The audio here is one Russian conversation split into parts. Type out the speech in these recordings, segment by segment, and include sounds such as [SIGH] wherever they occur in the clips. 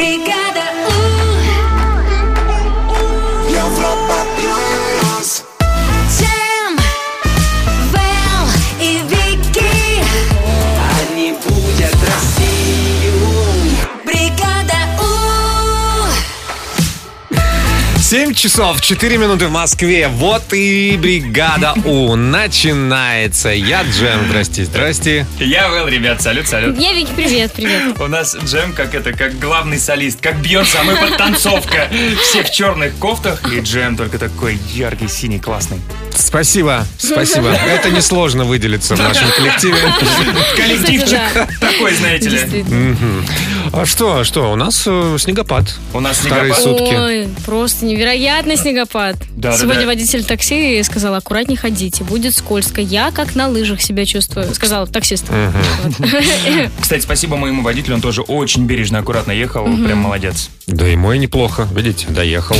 Бригада У. Европа плюс. Сэм, Вэл и Вики. Они будят Россию. Бригада У. 7 часов 4 минуты в Москве. Вот и бригада У начинается. Я Джем, здрасте, здрасте. Я Вэл, ребят, салют, салют. Я Вики, привет, привет. У нас Джем как это, как главный солист, как Бьерс, а мы подтанцовка. Все в черных кофтах, и Джем только такой яркий, синий, [LAUGHS] классный. Спасибо, спасибо. Это несложно выделиться в нашем коллективе. Коллективчик такой, знаете ли. Действительно. А что, что, у нас э, снегопад. У нас Вторые снегопад. сутки. Ой, просто невероятный снегопад. Да, да, Сегодня да. водитель такси сказал, аккуратнее ходите, будет скользко. Я как на лыжах себя чувствую, сказал таксист. Вот. Кстати, спасибо моему водителю, он тоже очень бережно, аккуратно ехал, прям молодец. Да и мой неплохо, видите, доехал.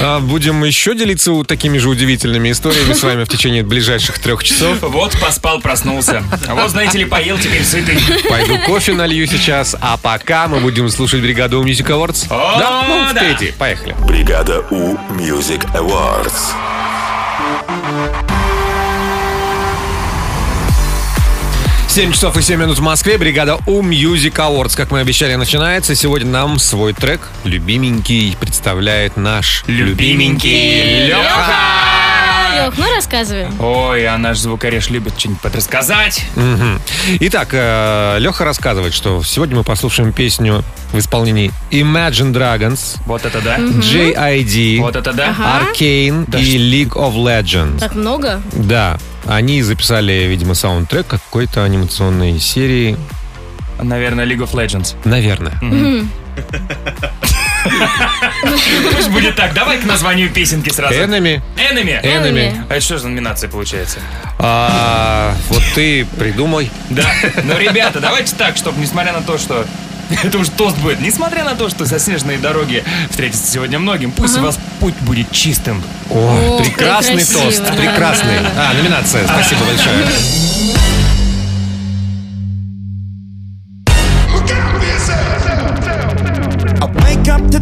А Будем еще делиться у- такими же удивительными историями с вами в течение ближайших трех часов. Вот поспал, проснулся. А Вот, знаете ли, поел, теперь сытый. Пойду кофе налью сейчас, а пока мы будем слушать бригаду Music Awards. О, да, ну, да. впереди, поехали. Бригада У Music Awards. Семь часов и 7 минут в Москве. Бригада У Music Awards, как мы обещали, начинается. Сегодня нам свой трек «Любименький» представляет наш Любименький Леха. Лёх, ну рассказывай. Ой, а наш звукореж любит что-нибудь подрассказать. Мгм. Итак, Леха рассказывает, что сегодня мы послушаем песню в исполнении Imagine Dragons, Вот это да. JID, Вот это да. Arcane Да А? и League of Legends. Так много? Да, они записали, видимо, саундтрек какой-то анимационной серии. Наверное, League of Legends. Наверное. Пусть будет так. Давай к названию песенки сразу. Enemy. Enemy. Enemy. А это что за номинация получается? А, вот ты придумай. Да. Ну, ребята, давайте так, чтобы несмотря на то, что [LAUGHS] это уж тост будет. Несмотря на то, что соснежные дороги встретятся сегодня многим, пусть у вас путь будет чистым. О, О, прекрасный как красиво. тост. Прекрасный. А, номинация. Спасибо большое. I wake up to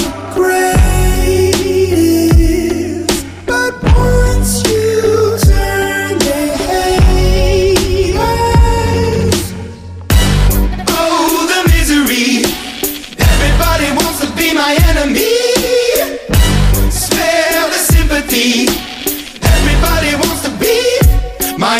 the greatest, but once you turn, they hate us. Oh, the misery. Everybody wants to be my enemy. Spare the sympathy. Everybody wants to be my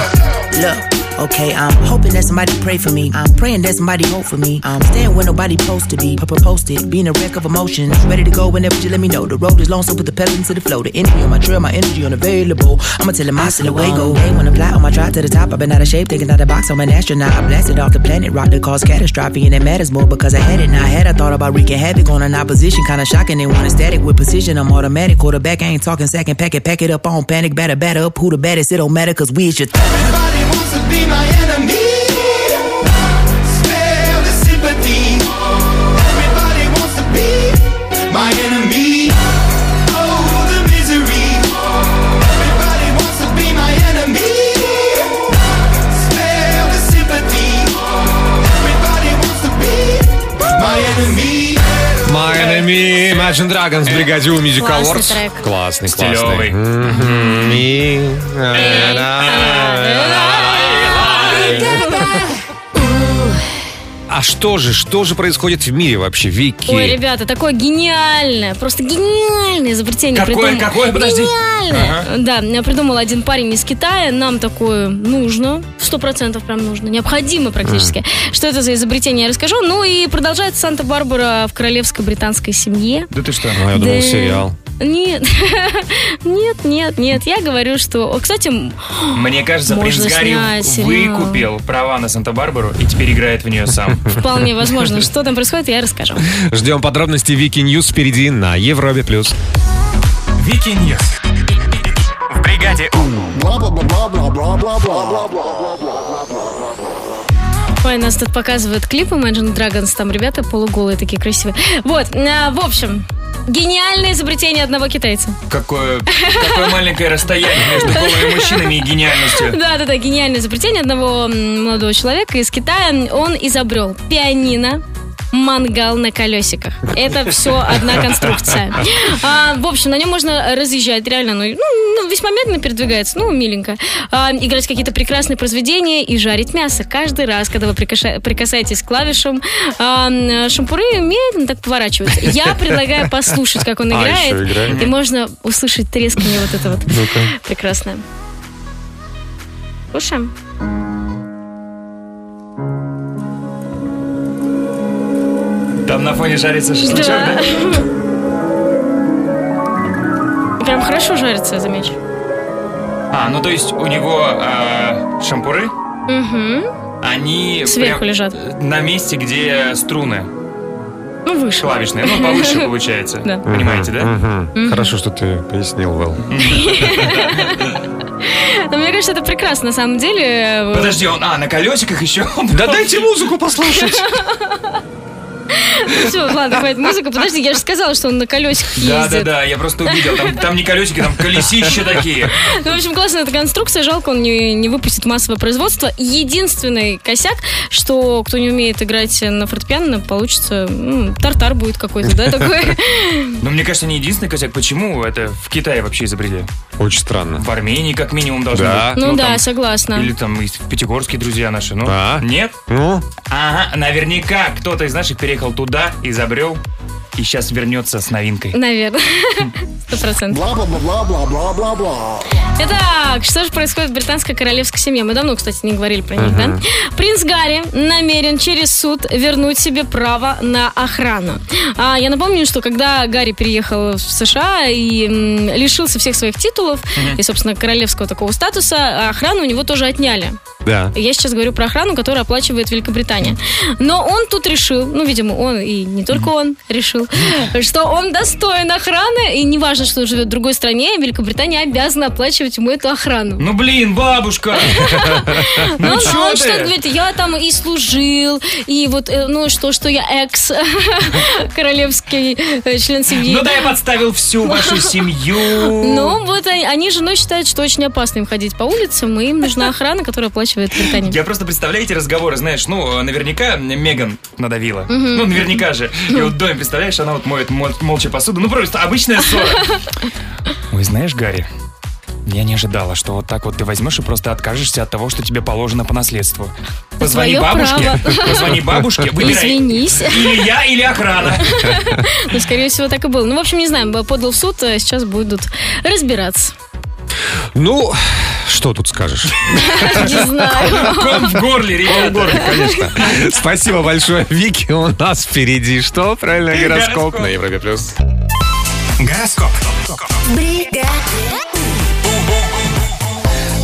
Look, okay, I'm hoping that somebody pray for me. I'm praying that somebody hope for me. I'm staying where nobody supposed to be. Papa posted, being a wreck of emotions. Ready to go whenever you let me know. The road is long, so put the pedal into the flow. The energy on my trail, my energy unavailable. I'ma tell him I still away go. Hey, when I fly on my drive to the top, I've been out of shape, taking out the box. I'm an astronaut. I blasted off the planet, rock that caused catastrophe, and it matters more because I had it. Now I had I thought about wreaking havoc on an opposition. Kinda shocking, they want a static with precision. I'm automatic. Quarterback, I ain't talking second pack it, pack it up on panic, batter, batter up. Who the baddest? It don't matter, cause we is your Everybody wants to be my enemy. Spare the sympathy. Everybody wants to be my enemy. Oh, the misery. Everybody wants to be my enemy. Spare the sympathy. Everybody wants to be My Enemy, Imagine Dragons, Бригадю, Music Классный Awards. трек. Классный, Стилёвый. классный. Мгм. И- А что же, что же происходит в мире вообще, Вики? Ой, ребята, такое гениальное, просто гениальное изобретение. Какое, придумал. какое? Подожди. Гениальное. Да, придумал один парень из Китая, нам такое нужно, сто процентов прям нужно, необходимо практически. Что это за изобретение, я расскажу. Ну и продолжает Санта-Барбара в королевской британской семье. Да ты что? Ну, я Да. думал, сериал. Нет, [LAUGHS] нет, нет, нет. Я говорю, что... О, Кстати, м, Мне кажется, Можно принц Гарри снять ну. сериал. выкупил права на Санта-Барбару и теперь играет в [LAUGHS] нее сам. вполне возможно, что там происходит, я расскажу. Ждем подробностей Вики Ньюс впереди на Европе+. плюс. Вики Ньюс. В бригаде У. Ой, нас тут показывают клип Imagine Dragons, там ребята полуголые такие красивые. Вот, а, в общем, гениальное изобретение одного китайца. Какое, какое маленькое расстояние между голыми мужчинами [LAUGHS] и гениальностью. Да-да-да, гениальное изобретение одного м, молодого человека из Китая. Он изобрел пианино, мангал на колесиках. Это все одна конструкция. А, в общем, на нем можно разъезжать, реально, ну, ну, ну, весьма медленно передвигается, ну, миленько. А, играть в какие-то прекрасные произведения и жарить мясо. Каждый раз, когда вы прикоша- прикасаетесь к клавишам, а, м, шампуры медленно так поворачиваются. Я предлагаю послушать, как он А, играет. еще играет. И можно услышать трескание вот это вот прекрасное. Слушаем. Там на фоне жарится шашлычок, да? Прям хорошо жарится, я замечу. А, ну то есть у него э, шампуры, они... Сверху прям лежат. На месте, где струны Ну, выше. клавишные. Ну, повыше [LAUGHS] получается. Да. Понимаете, да? Мгм. Хорошо, что ты пояснил, Вэл. Но мне кажется, это прекрасно, на самом деле. Подожди, он... А, на колесиках еще? Да дайте музыку послушать. Все, ладно, хватит музыка. Подожди, я же сказала, что он на колесиках Да, да, ездит. да, я просто увидел. Там, там не колесики, там [LAUGHS] колесища такие. Ну, в общем, классная эта конструкция. Жалко, он не, не выпустит массовое производство. Единственный косяк, что кто не умеет играть на фортепиано, получится м, тартар будет какой-то, да, такой. Но мне кажется, не единственный косяк. Почему это в Китае вообще изобрели? Очень странно. В Армении как минимум должно Да. быть. Ну да, там- согласна. Или там из- в Пятигорске друзья наши. Ну, Да. нет? Ну, Ага, наверняка кто-то из наших переехал туда, изобрел, и сейчас вернется с новинкой. Наверное. Сто процентов. Итак, что же происходит в британской королевской семье? Мы давно, кстати, не говорили про них, да? Принц Гарри намерен через суд вернуть себе право на охрану. А, я напомню, что когда Гарри переехал в США и м, лишился всех своих титулов и, собственно, королевского такого статуса, охрану у него тоже отняли. да. Я сейчас говорю про охрану, которую оплачивает Великобритания. Но он тут решил, ну, видимо, он и не только он решил, что он достоин охраны, и неважно, что он живет в другой стране, Великобритания обязана оплачивать ему эту охрану. Ну [LAUGHS] блин, бабушка! Но Ну он, чё он что-то ты? говорит, я там и служил, и вот, э, ну, что, что я экс [LAUGHS] королевский э, член семьи. Ну да, я подставил всю [LAUGHS] вашу семью. Ну, вот они, они с женой считают, что очень опасно им ходить по улицам, и им нужна охрана, которая оплачивает Британия. Я просто, представляете, разговоры, знаешь, ну, наверняка Меган надавила. Ну, наверняка же. И вот доме, представляешь, она вот моет мол- молча посуду. Ну, просто [LAUGHS] обычная ссора. Ой, знаешь, Гарри, я не ожидала, что вот так вот ты возьмешь и просто откажешься от того, что тебе положено по наследству. Позвони твоё бабушке. право. Позвони бабушке, [LAUGHS] выбирай. Извинись. Или я, или охрана. Ну, скорее всего, так и было. Ну, в общем, не знаем, подал в суд, а сейчас будут [LAUGHS] разбираться. Ну, что тут [LAUGHS] скажешь? Не знаю. Ком в горле, ребята. Ну, Конечно. Спасибо большое, Вики. У нас впереди что? Правильно, гороскоп Гороскоп. на Европе+. плюс.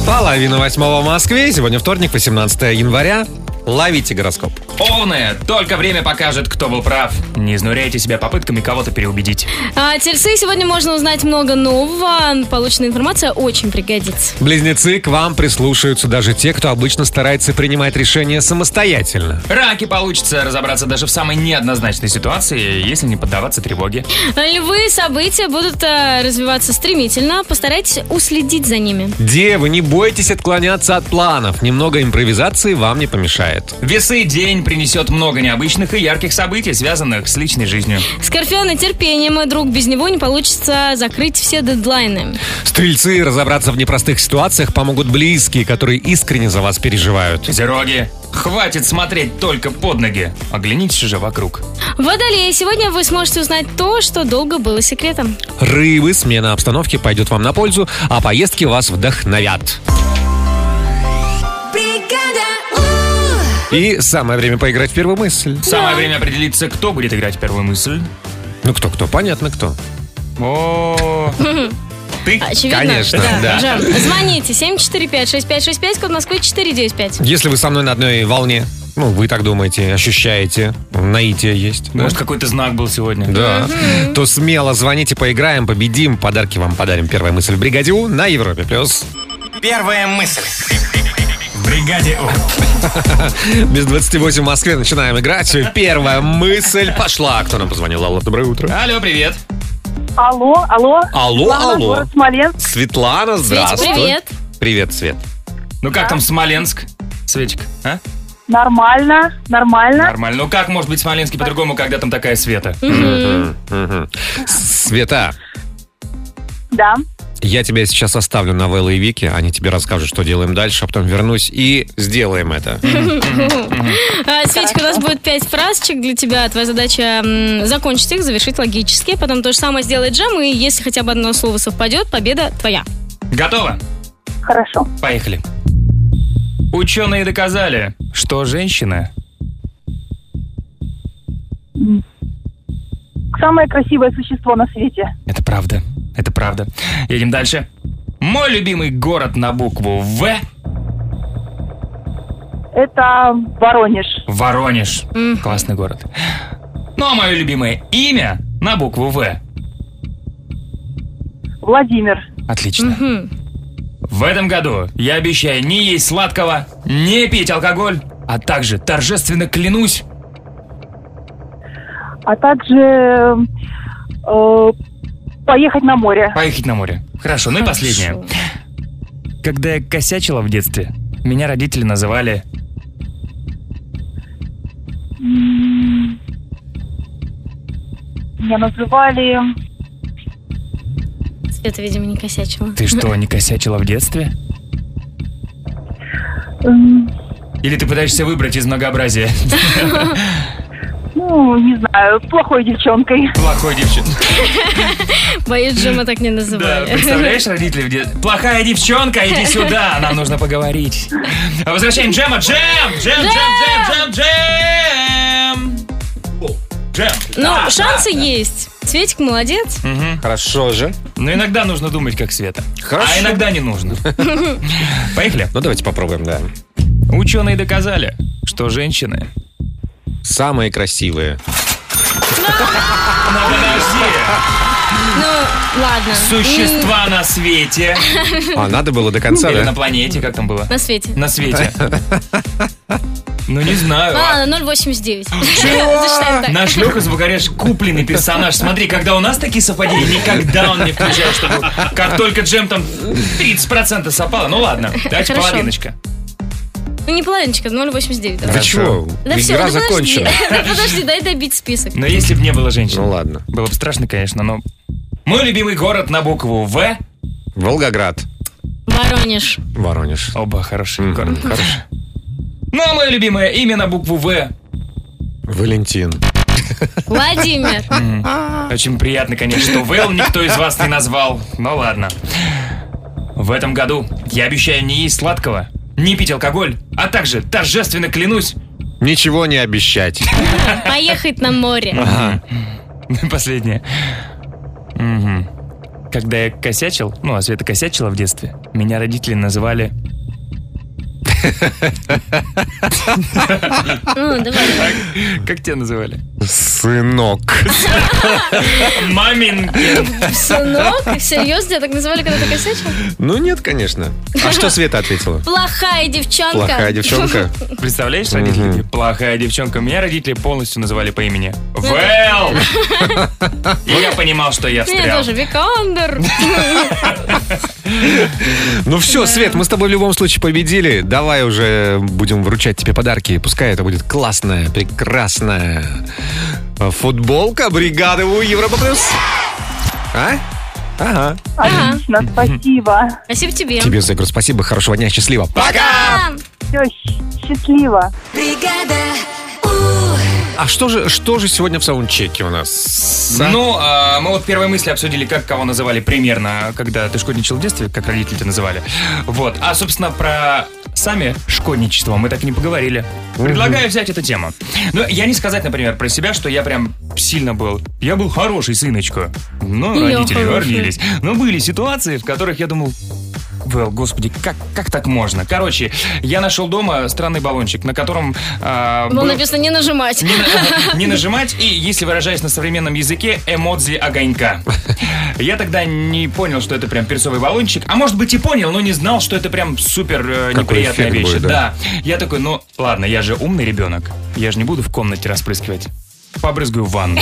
Половина восьмого в Москве. Сегодня вторник, 18 января. Ловите гороскоп. Овны, только время покажет, кто был прав. Не изнуряйте себя попытками кого-то переубедить. А, Тельцы, сегодня можно узнать много нового. Полученная информация очень пригодится. Близнецы, к вам прислушаются даже те, кто обычно старается принимать решения самостоятельно. Раки получится разобраться даже в самой неоднозначной ситуации, если не поддаваться тревоге. Львы, события будут а, развиваться стремительно. Постарайтесь уследить за ними. Девы, не бойтесь отклоняться от планов. Немного импровизации вам не помешает. Весы день принесет много необычных и ярких событий, связанных с личной жизнью. Скорпион и терпение, мой друг, без него не получится закрыть все дедлайны. Стрельцы разобраться в непростых ситуациях помогут близкие, которые искренне за вас переживают. Козероги, хватит смотреть только под ноги. Оглянитесь уже вокруг. Водолеи, сегодня вы сможете узнать то, что долго было секретом. Рыбы, смена обстановки пойдет вам на пользу, а поездки вас вдохновят. Бригада У. И самое время поиграть в первую мысль. Самое время определиться, кто будет играть первую мысль. Ну кто-кто, понятно кто. О, ты? Очевидно? Конечно, да. Жан, звоните 745-6565, код Москвы 495. Если вы со мной на одной волне, ну вы так думаете, ощущаете, наитие есть. да? Может, какой-то знак был сегодня. Да. То смело звоните, поиграем, победим, подарки вам подарим. Первая мысль в бригаде У на Европе плюс. Первая мысль. Бригаде У. Без 28 в Москве начинаем играть. Первая мысль пошла. Кто нам позвонил? Алло, доброе утро. Алло, привет. Алло, алло. Алло, Светлана, алло. Город Смоленск. Светлана, здравствуй. привет. Привет, Свет. Ну как там Смоленск? Светик, а? Нормально, нормально. Нормально. Ну как может быть Смоленский по-другому, когда там такая Света? Мгм. Света, Да. я тебя сейчас оставлю на Вэлла и Вики. Они тебе расскажут, что делаем дальше, а потом вернусь и сделаем это. А, Светик, у нас будет пять фразочек для тебя. Твоя задача м, закончить их, завершить логически. Потом то же самое сделает Джем, и если хотя бы одно слово совпадет, победа твоя. Готово? Хорошо. Поехали. Ученые доказали, что женщина... Самое красивое существо на свете. Это правда. Это правда. Едем дальше. Мой любимый город на букву В Это Воронеж. – Воронеж. Классный город. Ну а мое любимое имя на букву В. Владимир. Отлично. В этом году я обещаю не есть сладкого, не пить алкоголь, а также торжественно клянусь А также э, поехать на море. Поехать на море. Хорошо, ну и последнее. Когда я косячила в детстве, меня родители называли... Меня называли... Света, видимо, не косячила. Ты что, не косячила в детстве? м, Или ты пытаешься выбрать из многообразия [LAUGHS] Ну, не знаю, плохой девчонкой. плохой девчонки? [LAUGHS] Боюсь, Джема так не Да, называли. [LAUGHS] представляешь, родители в детстве... Плохая девчонка, иди сюда, нам нужно поговорить. А Возвращаем Джема. Джем! Джем, джем, джем, джем, джем! О, Джем! Ну, Да, шансы да, да. есть. Светик молодец. Хорошо же. Но иногда нужно думать, как Света. Хорошо. А иногда [LAUGHS] не нужно. Поехали. Ну давайте попробуем, да. Ученые доказали, что женщины Самые красивые. Ну, подожди. Ну, ладно. Существа на свете. А надо было до конца, Или на да? планете, как там было? На свете. На свете. Ну, не знаю. а. Ладно, 0,89. Зачитаем так. Наш Леха Звукареш купленный персонаж. Смотри, когда у нас такие совпадения, никогда он не включал, чтобы... Как только Джем там 30% сопало. Ну ладно, давайте Хорошо. половиночка. Ну, не половиночка, 0,89. Ты давай. чего? Да все, да Игра подожди. закончена. [LAUGHS] Да подожди, дай добить список. Но если бы не было женщин. Ну ладно. Было бы страшно, конечно, но... Мой любимый город на букву В. Волгоград, Воронеж. Воронеж. Оба хорошие Мгм, города. хорошо. Ну, а мое любимое имя на букву В. Валентин. Владимир. Очень приятно, конечно, что Вэл никто из вас не назвал. Но ладно. В этом году я обещаю не есть сладкого, не пить алкоголь, а также торжественно клянусь. [LAUGHS] Ничего не обещать. Поехать на море. Последнее. Мгм. Когда я косячил, ну, а Света косячила в детстве, меня родители называли... [LAUGHS] Ну, давай. Как тебя называли? Сынок. Мамин. [LAUGHS] Сынок? Серьезно, тебя так называли, когда ты косячил? Ну нет, конечно. А что Света ответила? Плохая девчонка. Плохая [LAUGHS] девчонка. Представляешь, родители? Мгм. такие, Плохая девчонка. Меня родители полностью называли по имени. Вэл! И я понимал, что я Меня встрял. тоже Викандер. Ну все, Свет, мы с тобой в любом случае победили. Давай давай уже будем вручать тебе подарки. Пускай это будет классная, прекрасная футболка бригады у Европа Плюс. А? Ага. Отлично, спасибо. Спасибо тебе. Тебе, за игру спасибо, хорошего дня, счастливо. Пока! А, Все, счастливо. Бригада У. А что же, что же сегодня в саундчеке у нас? Ну, а, мы вот первые мысли обсудили, как кого называли примерно, когда ты шкодничал в детстве, как родители тебя называли. Вот. А, собственно, про сами шкодничество мы так и не поговорили. Предлагаю взять эту тему. Но я не сказать, например, про себя, что я прям сильно был. Я был хороший сыночка. Но И я родители хороший. гордились. Но были ситуации, в которых я думал, Вэл, господи, как, как так можно? Короче, я нашел дома странный баллончик, на котором... а, Было был- написано не нажимать. не, [LAUGHS] на- не нажимать и, если выражаясь на современном языке, эмодзи огонька. Я тогда не понял, что это прям перцовый баллончик. А может быть и понял, но не знал, что это прям супер э, Какой неприятная эффект вещь. будет, да? да. Я такой, ну ладно, я же умный ребенок. Я же не буду в комнате распрыскивать. Побрызгаю [LAUGHS] в ванну.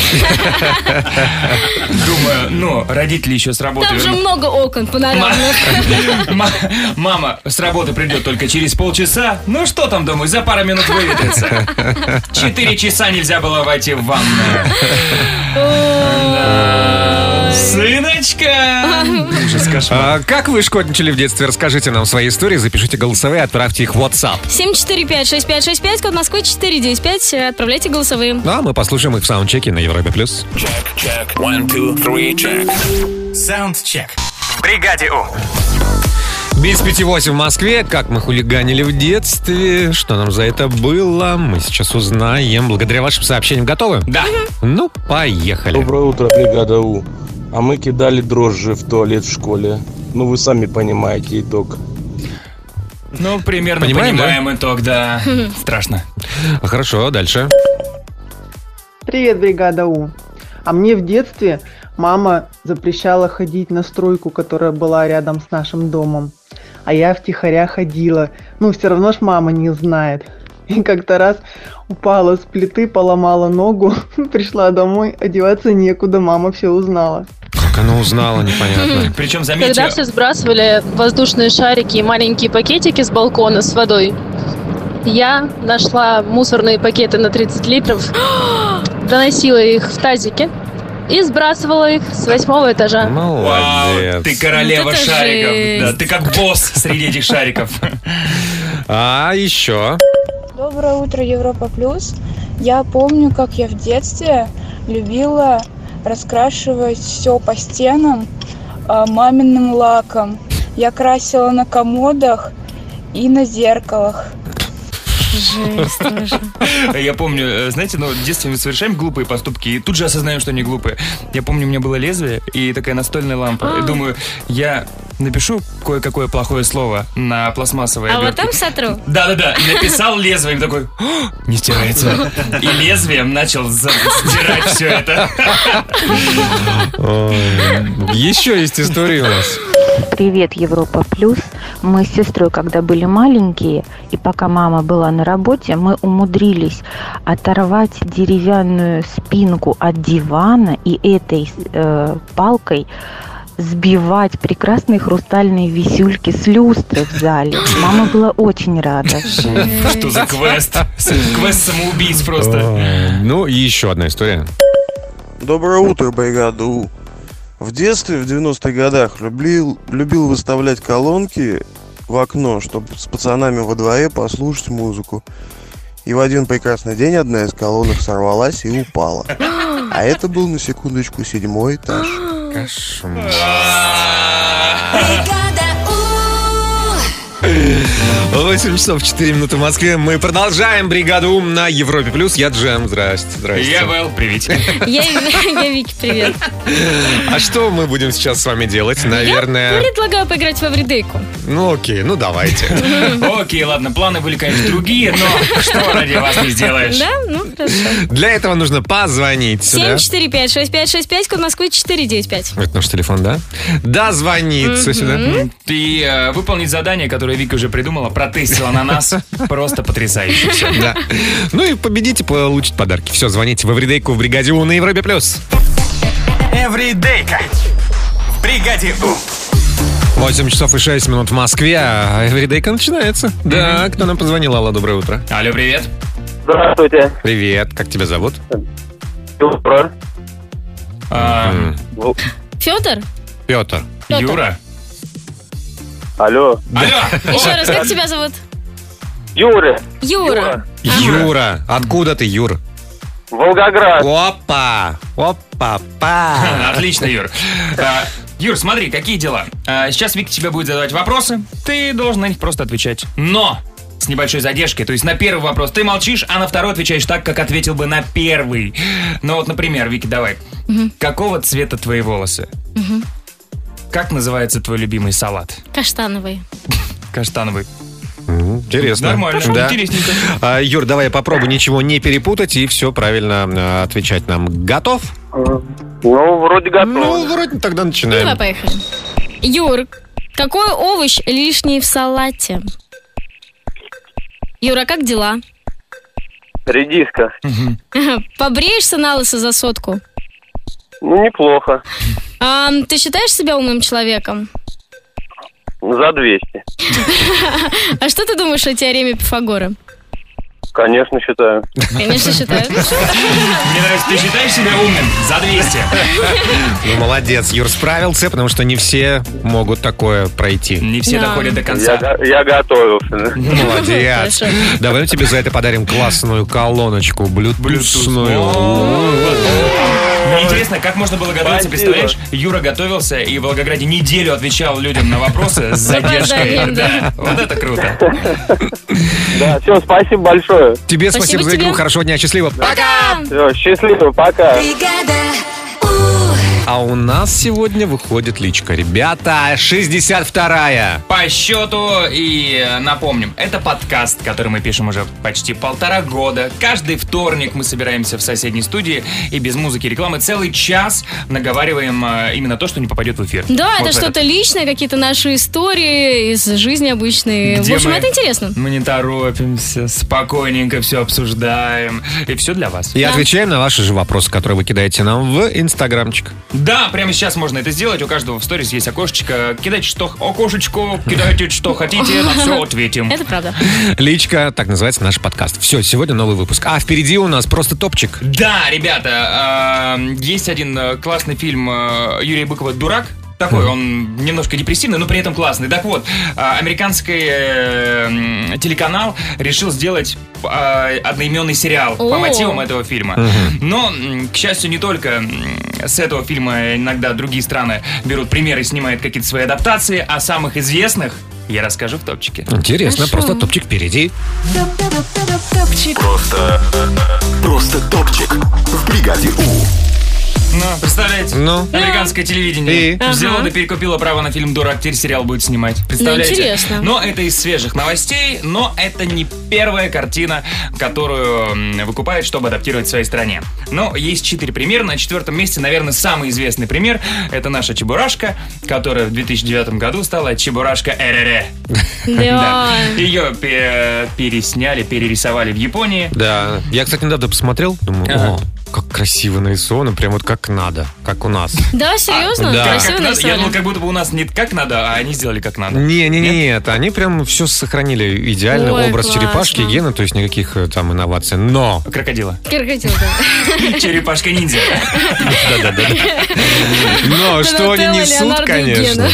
Думаю, ну, родители еще с работы Там же вернут. много окон панорамных. Ма- Мама с работы придет только через полчаса. Ну что там, думаю, за пару минут выветрится. Четыре часа нельзя было войти в ванную. [LAUGHS] Да. Сыночка! Ужас, А кошмар. как вы шкодничали в детстве? Расскажите нам свои истории, запишите голосовые, отправьте их в WhatsApp. 745-6565, код Москвы 495. э, Отправляйте голосовые. Ну, а мы послушаем их в саундчеке на Европе+. плюс. One, two, three, check. Саундчек. Без пяти восемь в Москве. Как мы хулиганили в детстве, что нам за это было, мы сейчас узнаем. Благодаря вашим сообщениям готовы? Да. Ну, поехали. Доброе утро, бригада У. А мы кидали дрожжи в туалет в школе. Ну, вы сами понимаете итог. Ну, примерно Понимаем, понимаем, итог, да. Страшно. Хорошо, дальше. Привет, бригада У. А мне в детстве мама запрещала ходить на стройку, которая была рядом с нашим домом. А я втихаря ходила. Ну, все равно ж мама не знает. И как-то раз упала с плиты, поломала ногу, [LAUGHS] пришла домой, одеваться некуда, мама все узнала. Как она узнала, непонятно. Причем, заметьте, сбрасывали воздушные шарики и маленькие пакетики с балкона с водой, я нашла мусорные пакеты на 30 литров, [GASPS] доносила их в тазике и сбрасывала их с восьмого этажа. Вау, ты Молодец. королева Вот это шариков. Да, жесть. ты как босс среди этих шариков. А еще? Доброе утро, Европа Плюс. Я помню, как я в детстве любила раскрашивать все по стенам а, маминым лаком. Я красила на комодах и на зеркалах. Жесть тоже. Я помню, э, знаете, ну, в детстве мы совершаем глупые поступки и тут же осознаем, что они глупые. Я помню, у меня было лезвие и такая настольная А. лампа. И думаю, я напишу кое-какое плохое слово на пластмассовой А вот обертке. там сотру. Да-да-да, и написал лезвием такой, «О, не стирается. И лезвием начал за- стирать все это. Еще есть истории у нас. Привет, Европа Плюс. Мы с сестрой, когда были маленькие, и пока мама была на работе, мы умудрились оторвать деревянную спинку от дивана и этой э, палкой сбивать прекрасные хрустальные висюльки с люстры в зале. Мама была очень рада. Что за квест? С- Квест самоубийц просто. Ой, Ну, и еще одна история. Доброе утро, бригада У. В детстве, в 90-х годах, любил, любил выставлять колонки в окно, чтобы с пацанами во дворе послушать музыку. И в один прекрасный день одна из колонок сорвалась и упала. А это был, на секундочку, седьмой этаж. А, Бригада У. 8 часов 4 минуты в Москве. Мы продолжаем бригаду Ум» на Европе+. плюс. Я Джем, здрасте, здрасте. Я Вэл, привет. [LAUGHS] Я, я Вики, привет. А что мы будем сейчас с вами делать? Наверное... Предлагаю поиграть во вредейку. Ну, окей, ну [LAUGHS] давайте. Окей, ладно, планы были, конечно, другие, но что ради вас не сделаешь? Да? Ну, хорошо. Для этого нужно позвонить сюда. 745-6565, код Москвы 495. Это наш телефон, да? Дозвониться сюда. И э, выполнить задание, которое Вика уже придумала, протестила на нас. Просто потрясающе все. Да. Ну и победите, получить подарки. Все, звоните в Эвридейку в бригаде У на Европе плюс. Эвридейка в бригаде У. 8 часов и 6 минут в Москве, а Эвридейка начинается. Да, кто нам позвонил? Алла, доброе утро. Алло, привет. Здравствуйте. Привет, как тебя зовут? Добро. Федор? Петр. Петр. А, Юра. Алло. Еще раз, как тебя зовут? Юра. Юра. Юра. Откуда ты, Юр? Волгоград. Опа! Опа! [LAUGHS] Ха, Отлично, Юр. А, Юр, смотри, какие дела. А, Сейчас Вик тебе будет задавать вопросы. Ты должен на них просто отвечать. Но с небольшой задержкой. То есть на первый вопрос ты молчишь, а на второй отвечаешь так, как ответил бы на первый. Ну вот, например, Вики, давай. Мгм. Какого цвета твои волосы? Мгм. Как называется твой любимый салат? Каштановый. Каштановый. Интересно. Нормально. Хорошо, Да. интересненько. А, Юр, давай я попробую ничего не перепутать и все правильно э, отвечать нам. Готов? Ну, вроде готов. Ну, вроде тогда Давай, Эм. начинаем. поехали. Юр, какой овощ лишний в салате? Юра, как дела? [LAUGHS] Редиска. Побреешься на лысо за сотку? Ну, неплохо. А, ты считаешь себя умным человеком? За 200. А что ты думаешь о теореме [LAUGHS] Пифагора? Конечно, считаю. Конечно, считаю. Мне нравится, ты считаешь себя умным? За 200. Ну, молодец, Юр справился, потому что не все могут такое пройти. [LAUGHS] Не все Да. доходят до конца. Я го- я готовился. Молодец. Хорошо. Давай мы тебе за это подарим классную колоночку блютусную. Мне интересно, как можно было готовиться, Спасибо. представляешь? Юра готовился и в Волгограде неделю отвечал людям на вопросы с задержкой. Опозданием, да. Да, Вот это круто. Да, все, спасибо большое. Тебе спасибо, за игру, хорошего дня, счастливо. Пока! Все, счастливо, пока. А у нас сегодня выходит личка. Ребята, 62-я. По счету, и э, напомним, это подкаст, который мы пишем уже почти полтора года. Каждый вторник мы собираемся в соседней студии и без музыки и рекламы целый час наговариваем э, именно то, что не попадет в эфир. Да, Вот это в этот. что-то личное, какие-то наши истории из жизни обычные. В Где общем, мы? это интересно. Мы не торопимся, спокойненько все обсуждаем. И все для вас. И отвечаем на ваши же вопросы, которые вы кидаете нам в инстаграмчик. Да, прямо сейчас можно это сделать. У каждого в сторис есть окошечко. Кидайте что окошечко, кидайте что хотите, на все ответим. Это [LAUGHS] правда. Личка, так называется наш подкаст. Все, сегодня новый выпуск. А впереди у нас просто топчик. Да, ребята, э, есть один э, классный фильм э, Юрия Быкова «Дурак». Такой, он немножко депрессивный, но при этом классный. Так вот, э, американский э, м, телеканал решил сделать э, одноименный сериал О. по мотивам этого фильма. Мгм. Но, м, к счастью, не только м, с этого фильма иногда другие страны берут примеры и снимают какие-то свои адаптации, а самых известных я расскажу в топчике. Интересно, просто топчик впереди. Просто... Просто топчик в бригаде У. Ну, представляете? Ну. Американское телевидение. И? Взяло Ага. Ну, да перекупило право на фильм «Дурак», теперь сериал будет снимать. Представляете? интересно. Но это из свежих новостей, но это не первая картина, которую м, выкупают, чтобы адаптировать в своей стране. Но есть четыре примера. На четвертом месте, наверное, самый известный пример – это наша Чебурашка, которая в 2009 году стала Чебурашка РР. Да. Ее пе- пересняли, перерисовали в Японии. Да. Я, кстати, недавно посмотрел, думаю, Ага. «О, как красиво нарисовано, прям вот как надо, как у нас. Да, серьезно? Да. Красиво А, Как надо. Я думал, нарисовали. как будто бы у нас нет как надо, а они сделали как [LAUGHS] надо. Не, не, не, нет, они прям все сохранили идеально Ой, образ классно. черепашки, гена, то есть никаких э, там инноваций, но крокодила, Крокодил, да. черепашка ниндзя. [LAUGHS] но что они Донателло, несут, Леонардо и [LAUGHS] конечно.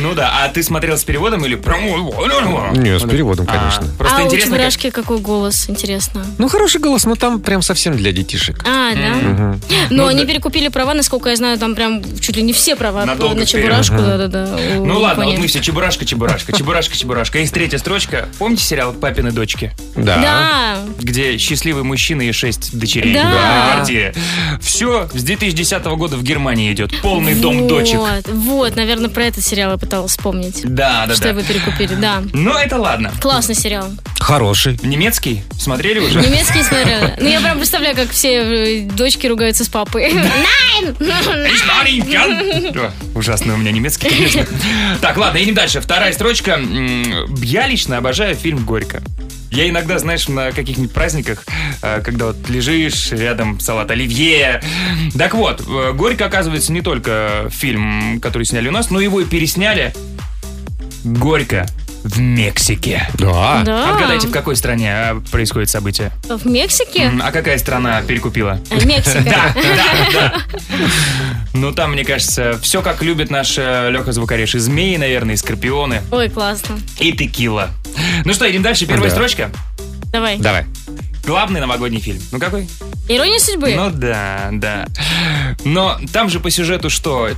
Ну да, а ты смотрел с переводом или прям... Не, с переводом, конечно. Просто а у интересно, как... Чебурашки какой голос, интересно. Ну хороший голос, но там прям совсем для детишек. А, да. Мгм. Ну, Но они перекупили права, насколько я знаю, там прям чуть ли не все права Надолго на вперед. Чебурашку. Ага. Да-да-да. у Ну ладно, вот Японии. мы все Чебурашка, Чебурашка, Чебурашка, Чебурашка. Есть третья строчка. Помните сериал «Папины дочки»? Да. Где счастливый мужчина и шесть дочерей Да. в квартире. Все с 2010 года в Германии идет. Полный дом Вот, дочек. Вот, наверное, про этот сериал я пыталась вспомнить. Да, да, Что да. вы перекупили, да. Но это ладно. Классный сериал. Хороший. Немецкий? Смотрели уже? Немецкий смотрел. Ну, я прям представляю, как все э, дочки ругаются с папой. Nein! Nein! Да, Ужасный у меня немецкий, конечно. Так, ладно, идем дальше. Вторая строчка. М, Я лично обожаю фильм «Горько». Я иногда, знаешь, на каких-нибудь праздниках, э, когда вот лежишь, рядом салат оливье. Так вот, э, «Горько» оказывается не только фильм, который сняли у нас, но его и пересняли «Горько» в Мексике. Да. Отгадайте, в какой стране э, происходит событие? В Мексике? М, А какая страна перекупила? А, Мексика. Да, да, да. [LAUGHS] Ну, там, мне кажется, все как любит наш Леха Звукареш. И змеи, наверное, и скорпионы, Ой, классно. и текила. Ну что, идем дальше. Первая Да. строчка. Давай. Главный новогодний фильм. Ну, какой? Ирония судьбы. Ну, да, да. Но там же по сюжету что?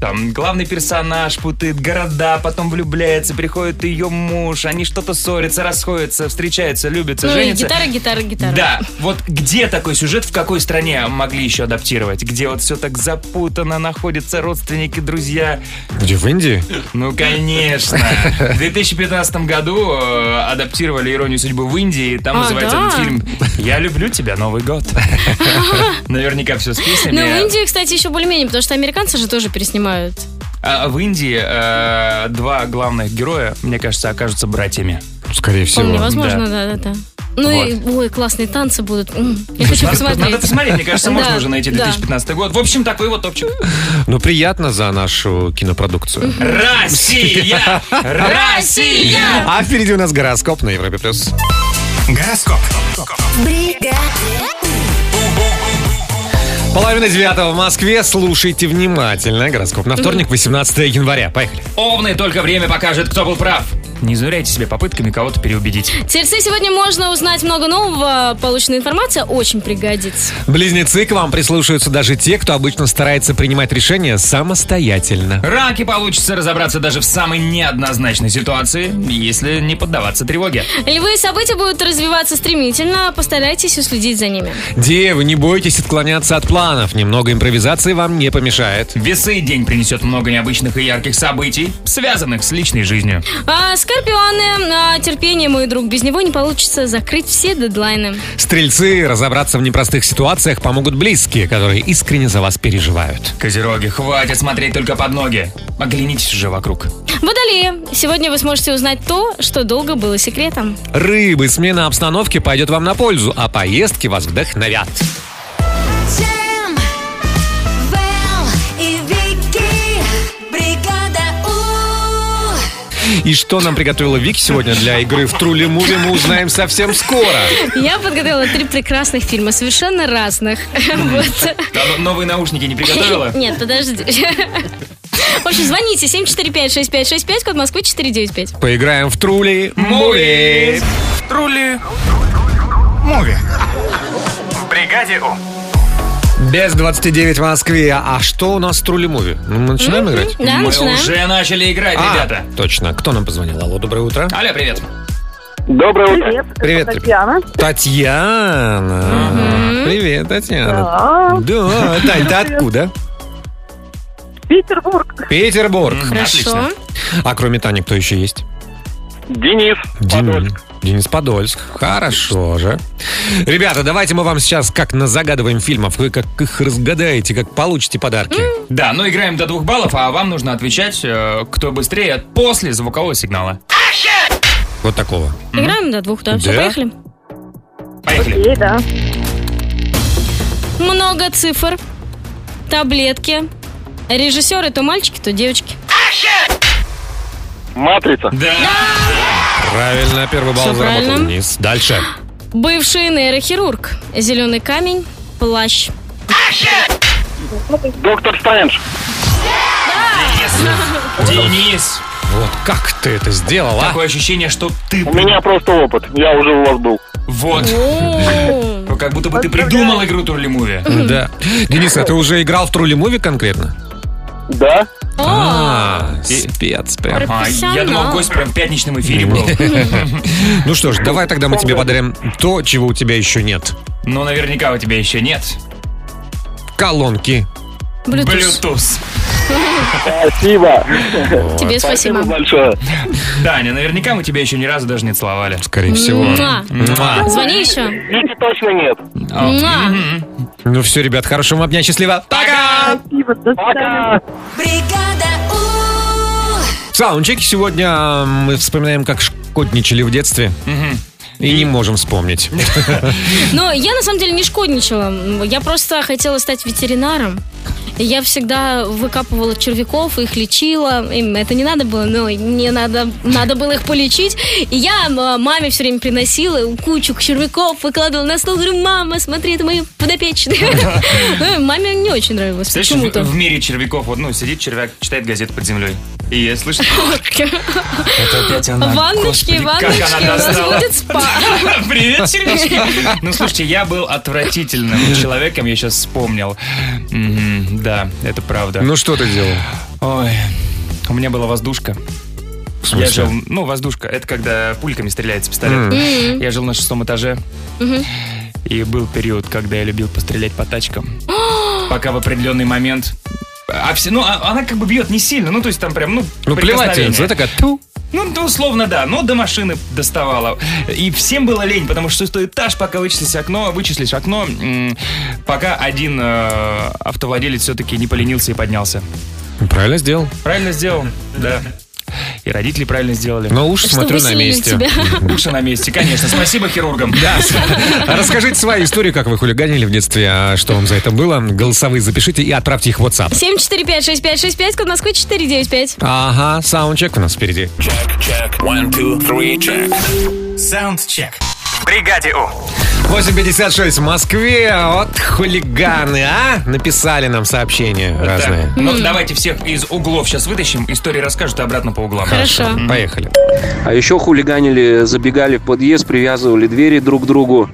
Там главный персонаж путает города, потом влюбляется, приходит ее муж, они что-то ссорятся, расходятся, встречаются, любятся, Ну, и женятся. гитара, гитара, гитара. Да, вот где такой сюжет, в какой стране могли еще адаптировать? Где вот все так запутано, находятся родственники, друзья? Где, в Индии? Ну, конечно. В 2015 году э, адаптировали «Иронию судьбы» в Индии, и там А, называется да? этот фильм «Я люблю тебя, [LAUGHS] Новый год». Наверняка все с Ну, в песнями. Индии, кстати, еще более-менее, потому что американцы же тоже переснимают. А В Индии э, два главных героя, мне кажется, окажутся братьями. Скорее Вполне возможно, да, да, да. Ну и, ой, классные танцы будут. М, Я хочу Надо- посмотреть. Надо посмотреть, мне кажется, [LAUGHS] можно Да, уже найти да. 2015 год. В общем, такой вот топчик. Ну, приятно за нашу кинопродукцию. [LAUGHS] Россия! Россия! А впереди у нас гороскоп на Европе+. плюс. Гороскоп. Половина девятого в Москве. Слушайте внимательно. Гороскоп на вторник, 18 января. Поехали. Овны только время покажет, кто был прав. Не изнуряйте себя попытками кого-то переубедить. Тельцы сегодня можно узнать много нового. Полученная информация очень пригодится. Близнецы к вам прислушаются даже те, кто обычно старается принимать решения самостоятельно. Раки получится разобраться даже в самой неоднозначной ситуации, если не поддаваться тревоге. Львы события будут развиваться стремительно. Постарайтесь уследить за ними. Девы, не бойтесь отклоняться от планов. Немного импровизации вам не помешает. Весы день принесет много необычных и ярких событий, связанных с личной жизнью. А, скорпионы, а, терпение, мой друг. Без него не получится закрыть все дедлайны. Стрельцы разобраться в непростых ситуациях помогут близкие, которые искренне за вас переживают. Козероги, хватит смотреть только под ноги. Оглянитесь же вокруг. Водолеи, сегодня вы сможете узнать то, что долго было секретом. Рыбы, смена обстановки пойдет вам на пользу, а поездки вас вдохновят. Джем, Вэл и Вики. Бригада У. И что нам приготовила Вик сегодня для игры в Трули Муви, мы узнаем совсем скоро. Я подготовила три прекрасных фильма, совершенно разных. Вот. Да, но- новые наушники не приготовила? Нет, подожди. В общем, звоните 745-6565, код Москвы 495. Поиграем в Трули Муви. Муви. Трули. Муви. [LAUGHS] Бригаде У. Без 29 в Москве. А что у нас в Трули Муви? Ну, Мы начинаем Мгм, играть? да, Мы начинаем. Уже начали играть, А, ребята. Точно. Кто нам позвонил? Алло, доброе утро. Алло, привет. Доброе утро. Привет, Привет, ребят. Татьяна. Татьяна. Привет, Татьяна. Да, Тань, ты откуда? Петербург. Петербург. Хорошо. А кроме Тани, кто еще есть? Денис. Денис. Денис Подольск. Хорошо же. Ребята, давайте мы вам сейчас как назагадываем фильмов. Вы как их разгадаете, как получите подарки. Да, ну играем до двух баллов, а вам нужно отвечать, э, кто быстрее после звукового сигнала. Вот такого. Играем до двух, да? Все, Да? поехали. Поехали. Окей, да. Много цифр, таблетки, режиссеры то мальчики, то девочки. Матрица. Да. Правильно, первый балл Всё заработал правильно. Денис. Дальше. Бывший нейрохирург, зеленый камень, плащ. Доктор Стрэндж. Денис, Вот как ты это сделал, а? такое ощущение, что ты... У меня просто опыт. Я уже у вас был. Вот. О, Ну, Как будто бы ты придумал игру Турли Муви. Хм. Да. Денис, а ты уже играл в Трули Муви конкретно? Да? о, А, спец прям. А, я Профессионал. думал, гость прям в пятничном эфире был. Ну что ж, давай тогда мы тебе подарим то, чего у тебя еще нет. Но наверняка у тебя еще нет. Колонки. Bluetooth. Bluetooth. Спасибо. Тебе спасибо. большое. Даня, наверняка мы тебя еще ни разу даже не целовали. Скорее всего. Муа. Муа. Звони еще. Дети точно нет. А. Муа. Ну все, ребят, хорошего вам дня, счастливо. Пока! Пока. Бригада У. В саундчеке сегодня мы вспоминаем, как шкодничали в детстве. И Ну не можем вспомнить. Но я на самом деле не шкодничала. Я просто хотела стать ветеринаром. И Я всегда выкапывала червяков, их лечила. Им это не надо было, но мне надо, надо было их полечить. И я э, маме все время приносила кучу червяков, выкладывала на стол, говорю, мама, смотри, это мои [LAUGHS] подопечные. Ну, и Маме не очень нравилось Представляешь, почему-то. в, в мире червяков, вот, ну, сидит червяк, читает газету под землей. И я слышу, это опять она. Ванночки, Господи, как ванночки, у она нас достала. будет спа. Привет, червячки. Ну, слушайте, я был отвратительным человеком, я сейчас вспомнил. Мгм, Да, это правда. Ну что ты делал? Ой, у меня была воздушка. смысле? Я жил, ну, воздушка, это когда пульками стреляется пистолет. Мгм. Мгм. Я жил на шестом этаже, Мгм. и был период, когда я любил пострелять по [GASPS] тачкам. Пока в определенный момент... а все- ну, а- она как бы бьет не сильно, ну, то есть там прям, ну, Ну, прикосновение. плевательница, это такая тю. Ну, то условно, да, но до машины доставала. И всем было лень, потому что шестой этаж, пока вычислишь окно, вычислишь окно, м, пока один э, автовладелец все-таки не поленился и поднялся. Ну, Правильно сделал. Правильно сделал? Да. И родители правильно сделали. Но уж Что смотрю на выселили месте. тебя. Уши на месте, конечно. Спасибо хирургам. Да. [LAUGHS] А Расскажите свою историю, как вы хулиганили в детстве, а что вам за это было. Голосовые запишите и отправьте их в WhatsApp. 7456565, код Москвы 495. Ага, саундчек у нас впереди. Саундчек. Бригаде У. 8.56 в Москве. Вот хулиганы, а? Написали нам сообщения разные. Ну, давайте всех из углов сейчас вытащим. Истории расскажут и обратно по углам. Хорошо. Поехали. А еще хулиганили, забегали в подъезд, привязывали двери друг к другу,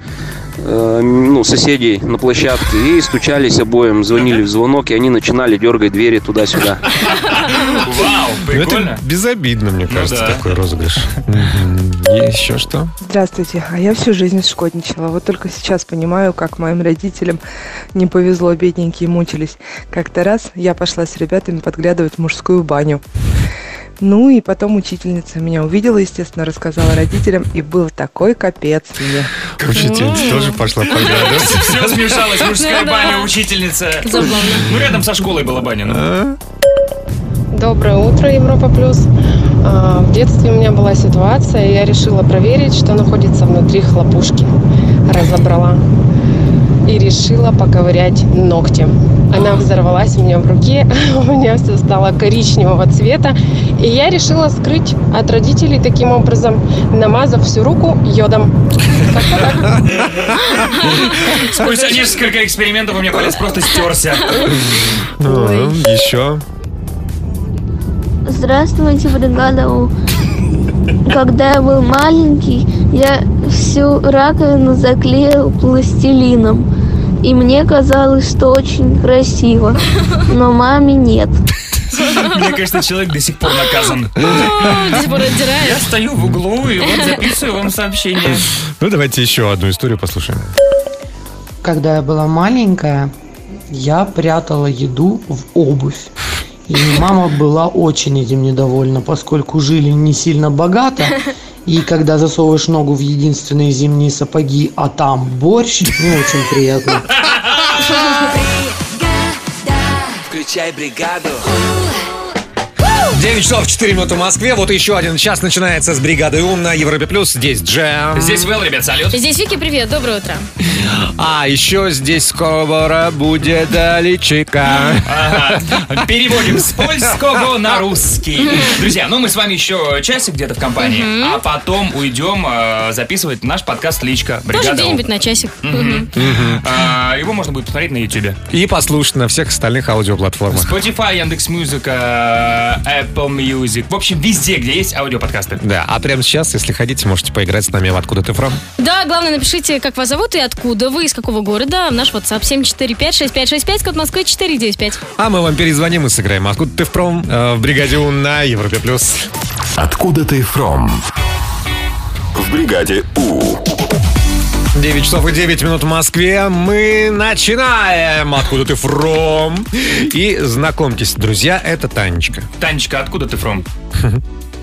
э, ну, соседей на площадке, и стучались обоим, звонили в звонок, и они начинали дергать двери туда-сюда. Вау, Ну, это безобидно, мне кажется, да. такой розыгрыш. Мгм. Есть еще что? Здравствуйте, а я всю жизнь шкодничала. Вот только сейчас понимаю, как моим родителям не повезло, бедненькие мучились. Как-то раз я пошла с ребятами подглядывать в мужскую баню. Ну и потом учительница меня увидела, естественно, рассказала родителям, и был такой капец мне. Учительница тоже пошла [LAUGHS] поглядывать. Все смешалось. Мужская Ну да. баня, учительница. Забавно. Ну, рядом со школой была баня. ну. Доброе утро, Европа Плюс. А, В детстве у меня была ситуация, и я решила проверить, что находится внутри хлопушки. Разобрала и решила поковырять ногти. Она взорвалась у меня в руке, [LAUGHS] у меня все стало коричневого цвета, и я решила скрыть от родителей таким образом, намазав всю руку йодом. Спустя несколько экспериментов у меня палец просто стерся. Ну, Еще. Здравствуйте, бригада У. Когда я был маленький, я всю раковину заклеил пластилином. И мне казалось, что очень красиво. Но маме нет. Мне кажется, человек до сих пор наказан. до сих пор отдирает. Я стою в углу и вот записываю вам сообщение. Ну, давайте еще одну историю послушаем. Когда я была маленькая, я прятала еду в обувь. И мама была очень этим недовольна, поскольку жили не сильно богато. И когда засовываешь ногу в единственные зимние сапоги, а там борщ, не очень приятно. Включай бригаду. 9 часов 4 минуты в Москве. Вот еще один час начинается с бригады Ум на Европе плюс. Здесь джем. Здесь Вэл, ребят, салют. Здесь Вики, привет, доброе утро. А еще здесь скоро будет далечика. Ага. Переводим с польского на русский. Друзья, ну мы с вами еще часик где-то в компании, Мгм. а потом уйдем э, записывать наш подкаст «Личка». Тоже Бригада У. где-нибудь на часик. Мгм. А, Его можно будет посмотреть на YouTube. И послушать на всех остальных аудиоплатформах. Spotify, Яндекс.Музыка, Apple Music. В общем, везде, где есть аудиоподкасты. Да, а прямо сейчас, если хотите, можете поиграть с нами в «Откуда ты фром?». Да, главное, напишите, как вас зовут и откуда вы, из какого города. Наш WhatsApp 7456565, код Москвы 495. А мы вам перезвоним и сыграем «Откуда ты фром?» э, в бригаде У на Европе+. плюс. Откуда ты фром? В бригаде У. 9 часов и 9 минут в Москве. Мы начинаем. Откуда ты фром? И знакомьтесь, друзья, это Танечка. Танечка, откуда ты фром?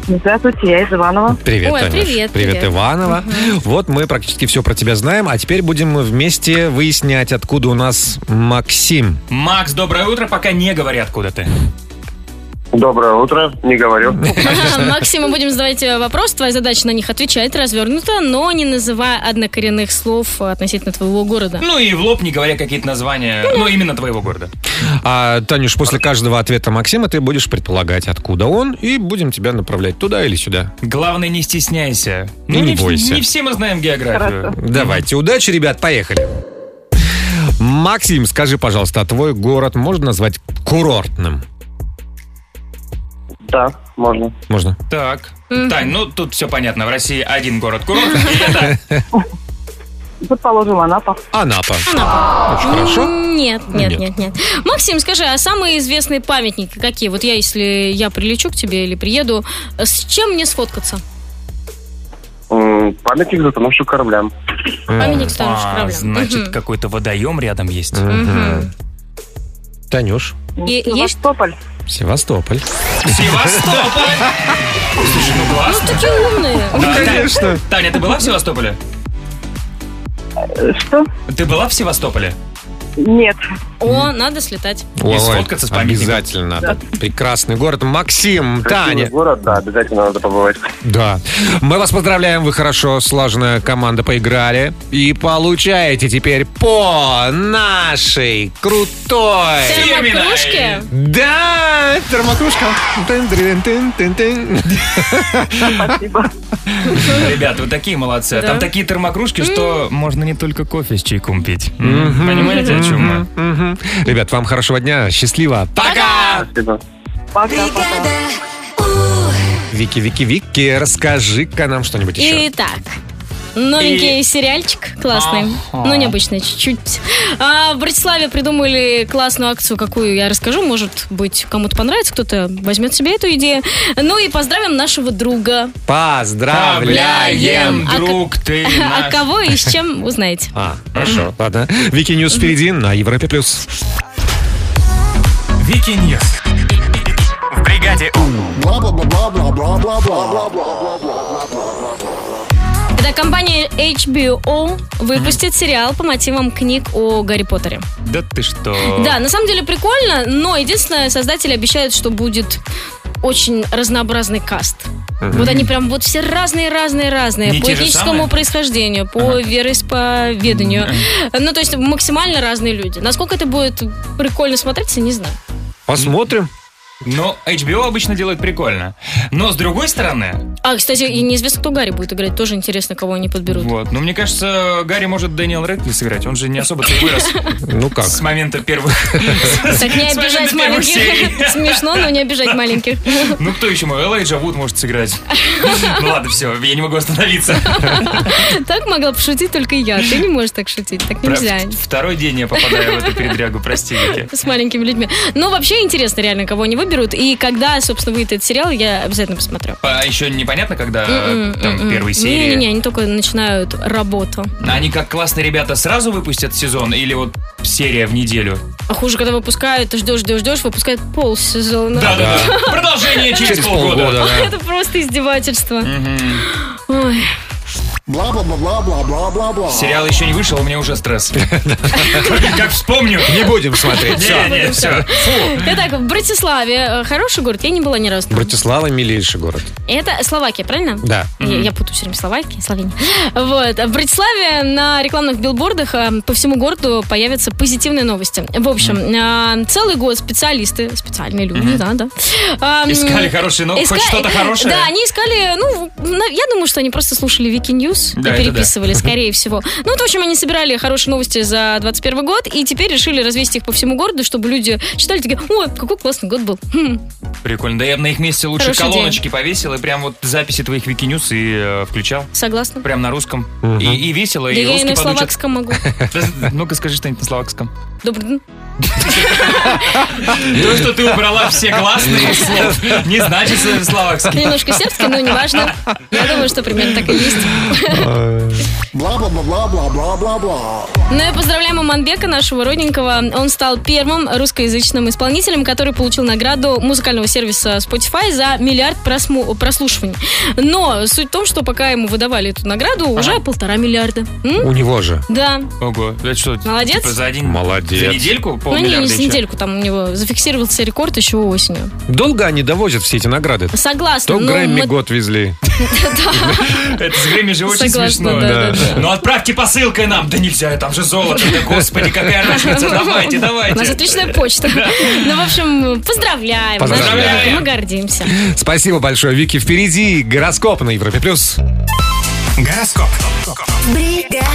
Здравствуйте, я из Иванова. Привет, Ой, Танюш. привет, привет. Иванова. Вот мы практически все про тебя знаем, а теперь будем вместе выяснять, откуда у нас Максим. Макс, доброе утро, пока не говори, откуда ты. Доброе утро, не говорю. Максим, мы будем задавать э, вопрос. Твоя задача на них отвечать развернуто, но не называя однокоренных слов э, относительно твоего города. Ну и в лоб не говоря какие-то названия, но именно твоего города. А, Танюш, после каждого ответа Максима ты будешь предполагать, откуда он, и будем тебя направлять туда или сюда. Главное, не стесняйся. И Ну, не вс- бойся. Не все мы знаем географию. Давайте, удачи, ребят, поехали. Максим, скажи, пожалуйста, а твой город можно назвать курортным? Да, можно. Можно. Так. Тань, ну тут все понятно. В России один город [LAUGHS] курорт. и это Предположим, Анапа. Анапа. Анапа. Очень хорошо. Нет, нет, Нет. нет, нет, Максим, скажи, а самые известные памятники какие? Вот я, если я прилечу к тебе или приеду, с чем мне сфоткаться? М, Памятник затонувшим кораблям. Памятник затонувшим А, кораблям. Значит, Мгм. какой-то водоем рядом есть. Мгм. Танюш. Севастополь. Севастополь. Севастополь! Слушай, ну Ну, классно. такие умные. Да, Тань- Таня, ты была в Севастополе? Что? Ты была в Севастополе? Нет. О, надо слетать. Ой, И сфоткаться с памятником. Обязательно. Прекрасный город. Максим, Таня. Город, да, обязательно надо побывать. Да. Мы вас поздравляем, вы хорошо, слаженная команда поиграли. И получаете теперь по нашей крутой... Термокружки? Да, термокружка. Тын-тын-тын-тын-тын. Ребят, вы такие молодцы. А Да. Там такие термокружки, что можно не только кофе с чайком пить. Мгм. М, Понимаете, о чем мы? Мгм. Ребят, вам хорошего дня, счастливо. Пока! Вики, Вики, Вики, расскажи-ка нам что-нибудь еще. Итак, новенький сериальчик классный, Ага. но необычный чуть-чуть. А, в Братиславе придумали классную акцию, какую я расскажу. Может быть, кому-то понравится, кто-то возьмет себе эту идею. Ну и поздравим нашего друга. Поздравляем, А друг ты [LAUGHS] А кого и с чем узнаете? А, хорошо, ладно. Вики Ньюс впереди на Европе+. плюс. Вики [LAUGHS] Ньюс. В бригаде Когда компания HBO выпустит сериал по мотивам книг о Гарри Поттере. Да ты что? Да, на самом деле прикольно, но единственное, создатели обещают, что будет очень разнообразный каст. Мгм. Вот они прям вот все разные-разные-разные. Не По те же этническому самые? происхождению, по вероисповеданию. Ну, то есть максимально разные люди. Насколько это будет прикольно смотреться, не знаю. Посмотрим. Но HBO обычно делает прикольно. Но с другой стороны, А, кстати, и неизвестно, кто Гарри будет играть. Тоже интересно, кого они подберут. вот, ну мне кажется, Гарри может Дэниел Рэдклифф сыграть. Он же не особо-то и вырос. Ну как? С момента первых. Так не [LAUGHS] С момента обижать первых серий. маленьких. [LAUGHS] Смешно, но не обижать маленьких. Ну кто еще мой? Элайджа Вуд может сыграть. Ну ладно, все, я не могу остановиться. Так могла пошутить только я. Ты не можешь так шутить. Так Про- нельзя. Второй день я попадаю в эту передрягу, прости, Вики. С маленькими людьми. Ну, вообще интересно реально, кого они выберут. И когда, собственно, выйдет этот сериал, я обязательно посмотрю. А еще непонятно, когда э, М-м, там м-м. первые серии. Не-не-не, они только начинают работу. Они как классные ребята сразу выпустят сезон или вот серия в неделю? А хуже, когда выпускают, ты ждешь, ждешь, ждешь, выпускают полсезона. Да-да-да. Продолжение через Через полгода. полгода, да. [LAUGHS] Это просто издевательство. Ой. Бла-бла-бла-бла-бла-бла-бла. Сериал еще не вышел, у меня уже [LAUGHS] стресс. Как- Как вспомню. Не будем смотреть, всё. Не, не, все. Фу. Итак, в Братиславе э, хороший город, я не была ни разу. там. [LAUGHS] Братислава милейший город. Это Словакия, правильно? Да. Я, я путаю все время Словакия и Словения. [LAUGHS] Вот. В Братиславе на рекламных билбордах э, по всему городу появятся позитивные новости. В общем, э, целый год специалисты, специальные люди, Мгм. да, да. эм, Искали хорошие новости, хоть иска- что-то хорошее. Да, они искали, ну, на- я думаю, что они просто слушали Вики Ньюс Да, и это [LAUGHS] переписывали, да. скорее всего. Ну, вот, в общем, они собирали хорошие новости за 21 год и теперь решили развести их по всему городу, чтобы люди читали такие, о, какой классный год был. Хм. Прикольно. Да я бы на их месте лучше Хороший день. колоночки повесил и прям вот записи твоих Викинюс и э, включал. Согласна. Прям на русском. И, и весело, Да и я и русский на получат. словакском [LAUGHS] могу. Да, Ну-ка скажи что-нибудь на словакском. Добрый день. То, что ты убрала все гласные из слов, не значит что это словакский. Немножко сербский, но неважно. Я думаю, что примерно так и есть. Бла-бла-бла-бла-бла-бла-бла. Ну и поздравляем Манбека, нашего родненького. Он стал первым русскоязычным исполнителем, который получил награду музыкального сервиса Spotify за миллиард просму- прослушиваний. Но суть в том, что пока ему выдавали эту награду, уже полтора миллиарда. М? У него же. Да. Ого, это что? Молодец. типа за один... Молодец. За недельку Ну, не, полмиллиарда не с еще? недельку там у него зафиксировался рекорд еще осенью. Долго они довозят все эти награды? Согласна. То но Грэмми Ну, мы- год везли. [LAUGHS] Это с Грэмми же очень Согласна, смешно. да, да, да. Ну отправьте посылкой нам. Да нельзя, там же золото. Да господи, какая разница. Давайте, У нас давайте. отличная [LAUGHS] почта. Ну, в общем, поздравляем. Поздравляем. Мы гордимся. Спасибо большое, Вики. Впереди гороскоп на Европе+. плюс. Гороскоп. Бригада.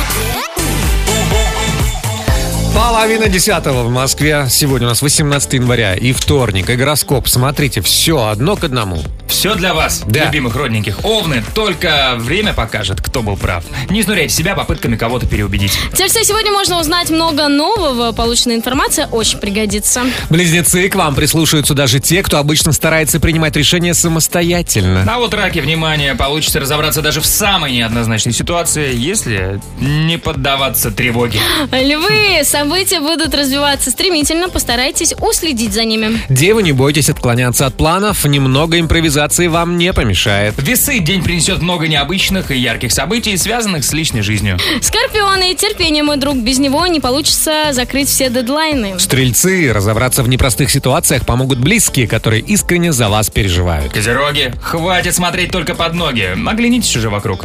Половина десятого в Москве. Сегодня у нас 18 января и вторник. И гороскоп. Смотрите, все одно к одному. Все для вас, любимых родненьких. Овны, только время покажет, кто был прав. Не изнуряйте себя попытками кого-то переубедить. Тем всего сегодня можно узнать много нового. Полученная информация очень пригодится. Близнецы, к вам прислушаются даже те, кто обычно старается принимать решения самостоятельно. А вот раки, внимание, получится разобраться даже в самой неоднозначной ситуации, если не поддаваться тревоге. Львы, события будут развиваться стремительно. Постарайтесь уследить за ними. Девы, не бойтесь отклоняться от планов, немного импровизации вам не помешает. Весы день принесет много необычных и ярких событий, связанных с личной жизнью. Скорпионы, терпение, мой друг. Без него не получится закрыть все дедлайны. Стрельцы, разобраться в непростых ситуациях помогут близкие, которые искренне за вас переживают. Козероги, хватит смотреть только под ноги, оглянитесь уже вокруг.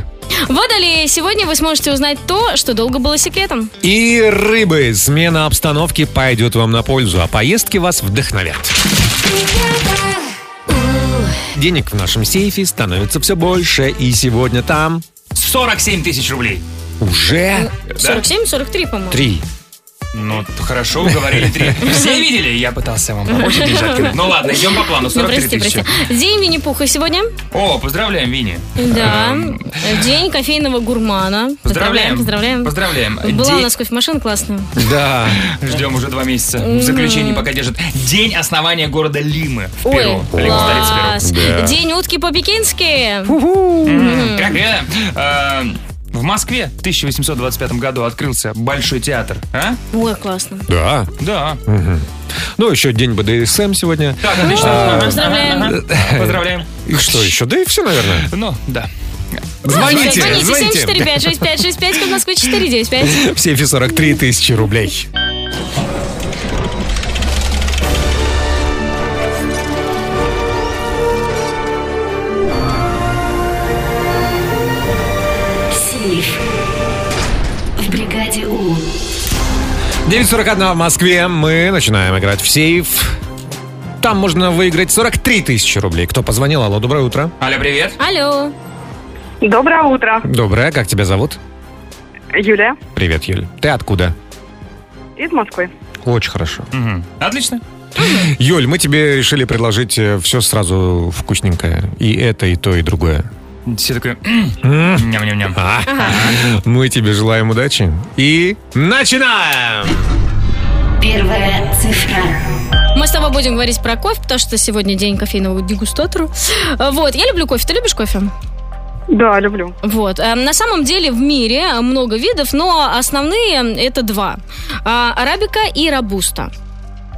Водолеи, сегодня вы сможете узнать то, что долго было секретом. И рыбы, смена обстановки пойдет вам на пользу, а поездки вас вдохновят. Денег в нашем сейфе становится все больше, и сегодня там 47 тысяч рублей. уже 47-43, по-моему. три. Ну, хорошо, уговорили три. [LAUGHS] Все видели? Я пытался вам помочь, это же открыть. Ну ладно, идем по плану, Ну, 43 прости, тысячи. прости. День Винни-Пуха сегодня. О, поздравляем, Винни. Да. Эм, День кофейного гурмана. Поздравляем. Поздравляем. Поздравляем. Была у День- нас кофемашина классная. Да. Ждем уже два месяца. М. В заключении пока держит. День основания города Лимы в Ой, Перу. Лима, класс. столица Перу. День утки по-пекински. М, Как это? Э, В Москве в 1825 году открылся Большой театр. А? Ой, классно. Да. Да. Ну, еще день БДСМ сегодня. Так, отлично. А, Поздравляем. Ага. Поздравляем. И что еще? Да и все, наверное. Ну, да. Звоните, Звоните. звоните. 745 6565 как в Москве 495. В сейфе 43 тысячи рублей. Сейф. В бригаде У. 9.41 в Москве. Мы начинаем играть в сейф. Там можно выиграть 43 тысячи рублей. Кто позвонил? Алло, доброе утро. Аля, привет. Алло. Доброе утро, Доброе, как тебя зовут? Юлия Привет, Юль. Ты откуда? из Москвы. Очень хорошо. Отлично. Юль, мы тебе решили предложить все сразу вкусненькое. И это, и то, и другое. Все такое... М. Ням-ням-ням. А. Мы тебе желаем удачи. И начинаем! Первая цифра. Мы с тобой будем говорить про кофе, потому что сегодня день кофейного дегустатора. Э, Вот, я люблю кофе. Ты любишь кофе? Да, люблю. Вот. э, На самом деле в мире много видов, но основные это два. А, Арабика и рабуста.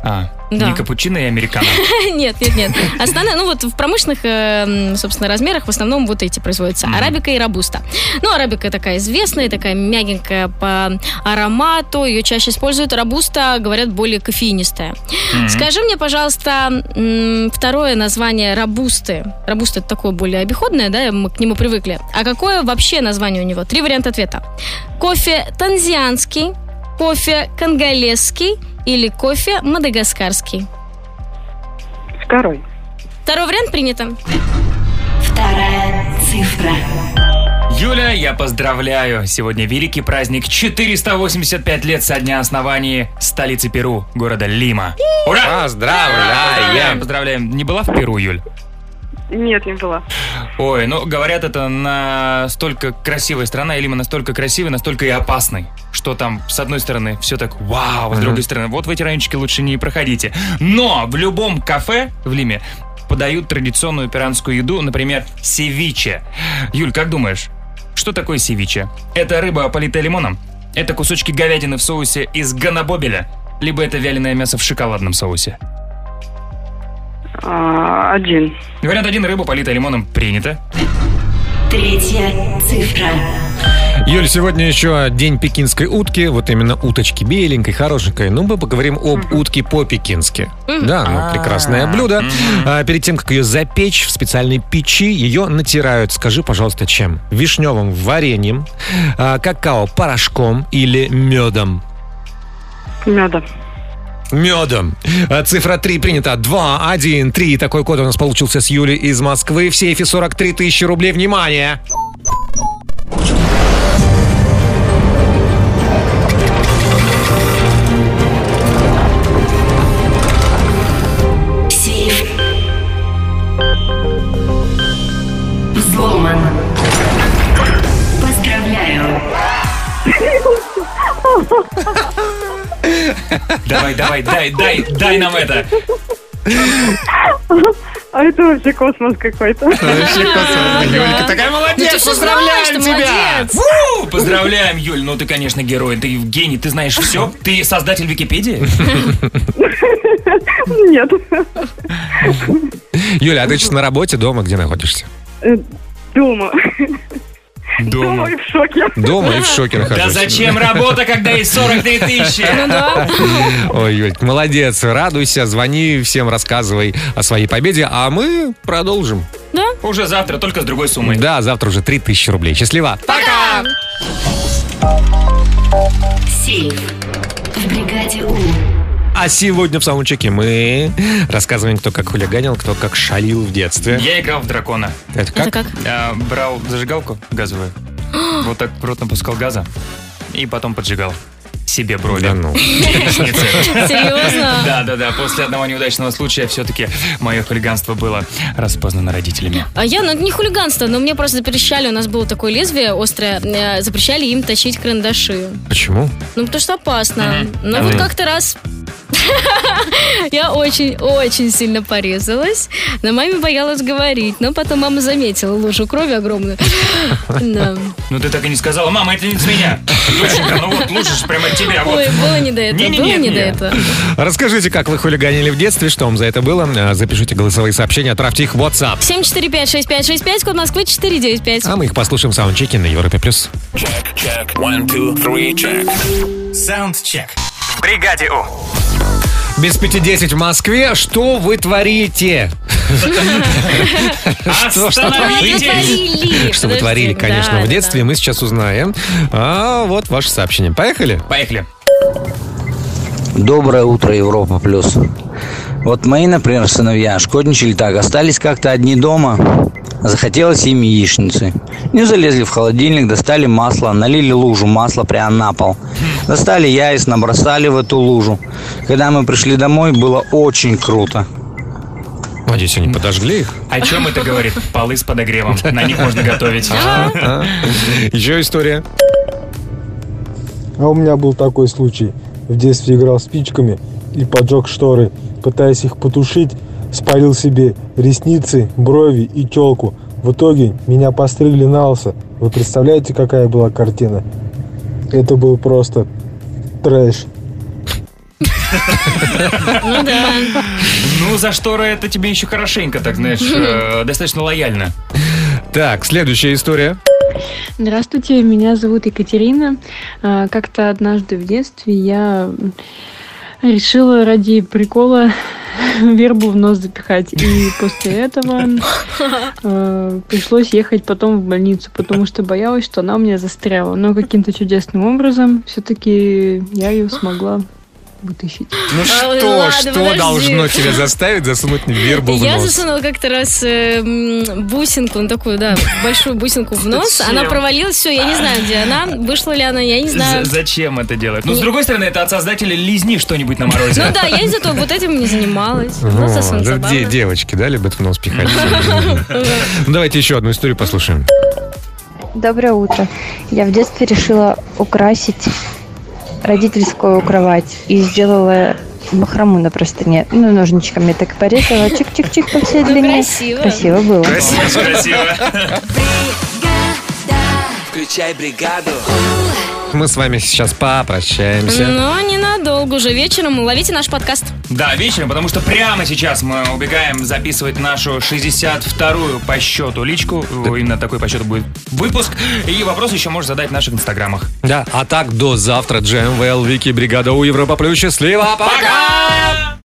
А, Да. не капучино и американо. Нет, нет, нет. Основные, ну вот в промышленных, э, м, собственно, размерах в основном вот эти производятся. Арабика и рабуста. Ну, арабика такая известная, такая мягенькая по аромату, ее чаще используют. Рабуста, говорят, более кофеинистая. Мгм. Скажи мне, пожалуйста, м, второе название рабусты. Рабуста это такое более обиходное, да, мы к нему привыкли. А какое вообще название у него? Три варианта ответа. Кофе танзианский, кофе конголезский или кофе мадагаскарский? Второй. Второй вариант принято. Вторая цифра. Юля, я поздравляю! Сегодня великий праздник 485 лет со дня основания столицы Перу, города Лима. Ура! Поздравляем! Поздравляем! Не была в Перу, Юль? Нет, не была. Ой, ну говорят, это настолько красивая страна, и Лима настолько красивый, настолько и опасный, что там, с одной стороны, все так вау, с Мгм. другой стороны, вот в эти райончики лучше не проходите. Но в любом кафе в Лиме подают традиционную перанскую еду, например, севиче. Юль, как думаешь, Что такое севиче? Это рыба, политая лимоном? Это кусочки говядины в соусе из ганабобеля? Либо это вяленое мясо в шоколадном соусе? один. Вариант один, рыба, политая лимоном, принято. Третья цифра. Юль, сегодня еще день пекинской утки, вот именно уточки беленькой, хорошенькой. Ну, мы поговорим об утке по-пекински. Мгм. Да, ну, А. прекрасное блюдо. А Перед тем, как ее запечь в специальной печи, ее натирают, скажи, пожалуйста, чем? Вишневым вареньем, а, какао порошком или медом? Меда. Медом. А, Цифра 3 принята. 2, 1, 3. Такой код у нас получился с Юли из Москвы. В сейфе 43 тысячи рублей. Внимание! Сейф взломан. Поздравляю. Давай, давай, дай, дай, дай нам это. А это вообще космос какой-то. [LAUGHS] Вообще космос. Юлька такая молодец, Ну ты всё поздравляем знаешь, ты тебя! молодец. Фу, поздравляем, Юль, ну ты, конечно, герой, ты гений, ты знаешь все. Ты создатель Википедии? Нет. Юля, а ты сейчас на работе, дома, где находишься? Э, Дома. [LAUGHS] Дома и в шоке. Дома и в шоке Да нахожусь. зачем работа, когда есть 43 тысячи? Ну да. Ой, Юлька, молодец, радуйся, звони всем, рассказывай о своей победе, а мы продолжим. Да? Уже завтра, только с другой суммой. Да, завтра уже 3000 рублей. Счастливо! Пока! Сейф в бригаде У. А сегодня в саундчеке мы рассказываем, кто как хулиганил, кто как шалил в детстве. Я играл в дракона. Это как? А, брал зажигалку [GASPS] газовую. Вот так рот напускал газа. И потом поджигал. Себе брови. Да ну. Серьезно? Да, да, да. После одного неудачного случая все-таки мое хулиганство было распознано родителями. А я, ну это не хулиганство, но мне просто запрещали, у нас было такое лезвие острое, э, запрещали им точить карандаши. Почему? Ну, потому что опасно. Ну, А вот вы? как-то раз [LAUGHS] я очень-очень сильно порезалась, но маме боялась говорить, но потом мама заметила лужу крови огромную. Да. Ну ты так и не сказала, мама, это не [LAUGHS] с меня. Доченька, ну вот лучше же прямо от тебя. вот». Ой, было не до этого, Не-не-не, было не не. до этого. Расскажите, как вы хулиганили в детстве, что вам за это было. А, Запишите голосовые сообщения, отправьте их в WhatsApp. 7456565, код Москвы 495. А мы их послушаем в саундчеке на Европе+. плюс. Чек, one, two, three, check. Саундчек. В бригаде У. Без пяти десять в Москве. Что вы творите? Что, что Остановитесь! творили? Что вы Подожди, творили, да, конечно, в да, детстве. Мы сейчас узнаем. А вот ваше сообщение. Поехали? Поехали. Доброе утро, Европа Плюс. Вот мои, например, сыновья шкодничали так. Остались как-то одни дома. Захотелось им яичницы. Не залезли в холодильник, достали масло, налили лужу масла прямо на пол. Достали яиц, набросали в эту лужу. Когда мы пришли домой, было очень круто. Надеюсь, они подожгли их? О чем это говорит? Полы с подогревом. На них можно готовить. Еще история. А у меня был такой случай. В детстве играл спичками и поджег шторы. Пытаясь их потушить, спалил себе ресницы, брови и телку. В итоге меня постригли на лысо. Вы представляете, какая была картина? Это был просто трэш. Ну да. Ну, за шторы это тебе еще хорошенько, так знаешь, э, достаточно лояльно. Так, следующая история. Здравствуйте, меня зовут Екатерина. А, Как-то однажды в детстве я решила ради прикола [LAUGHS] вербу в нос запихать. И после этого э, пришлось ехать потом в больницу, потому что боялась, что она у меня застряла. Но каким-то чудесным образом все-таки я ее смогла вытащить. Ну Ой, что, ладно, что подожди. должно тебя заставить засунуть вербу в Я нос? засунула как-то раз э, м, бусинку, ну такую, да, большую бусинку в нос. Зачем? Она провалилась, все, я не знаю, где она, вышла ли она, я не З- знаю. Зачем это делать? Ну, с Не- другой стороны, это от создателя лизни что-нибудь на морозе. Ну да, я зато вот этим не занималась. Ну, Вот, засунь, да, забавно. де- девочки, да, любят в нос пихать. Ну, Давайте еще одну историю послушаем. Доброе утро. Я в детстве решила украсить родительскую кровать и сделала бахрому на простыне. Ну, ножничками так порезала. Чик-чик-чик по всей длине. красиво. Красиво было. Очень красиво. Включай бригаду. Мы с вами сейчас попрощаемся. Но ненадолго уже вечером ловите наш подкаст. Да, вечером, потому что прямо сейчас мы убегаем записывать нашу 62-ю по счету личку. Именно такой по счету будет выпуск. И вопрос еще можешь задать в наших инстаграмах. Да, а так до завтра. GMVL, Вики, Бригада У, Европа Плюс. Счастливо, пока!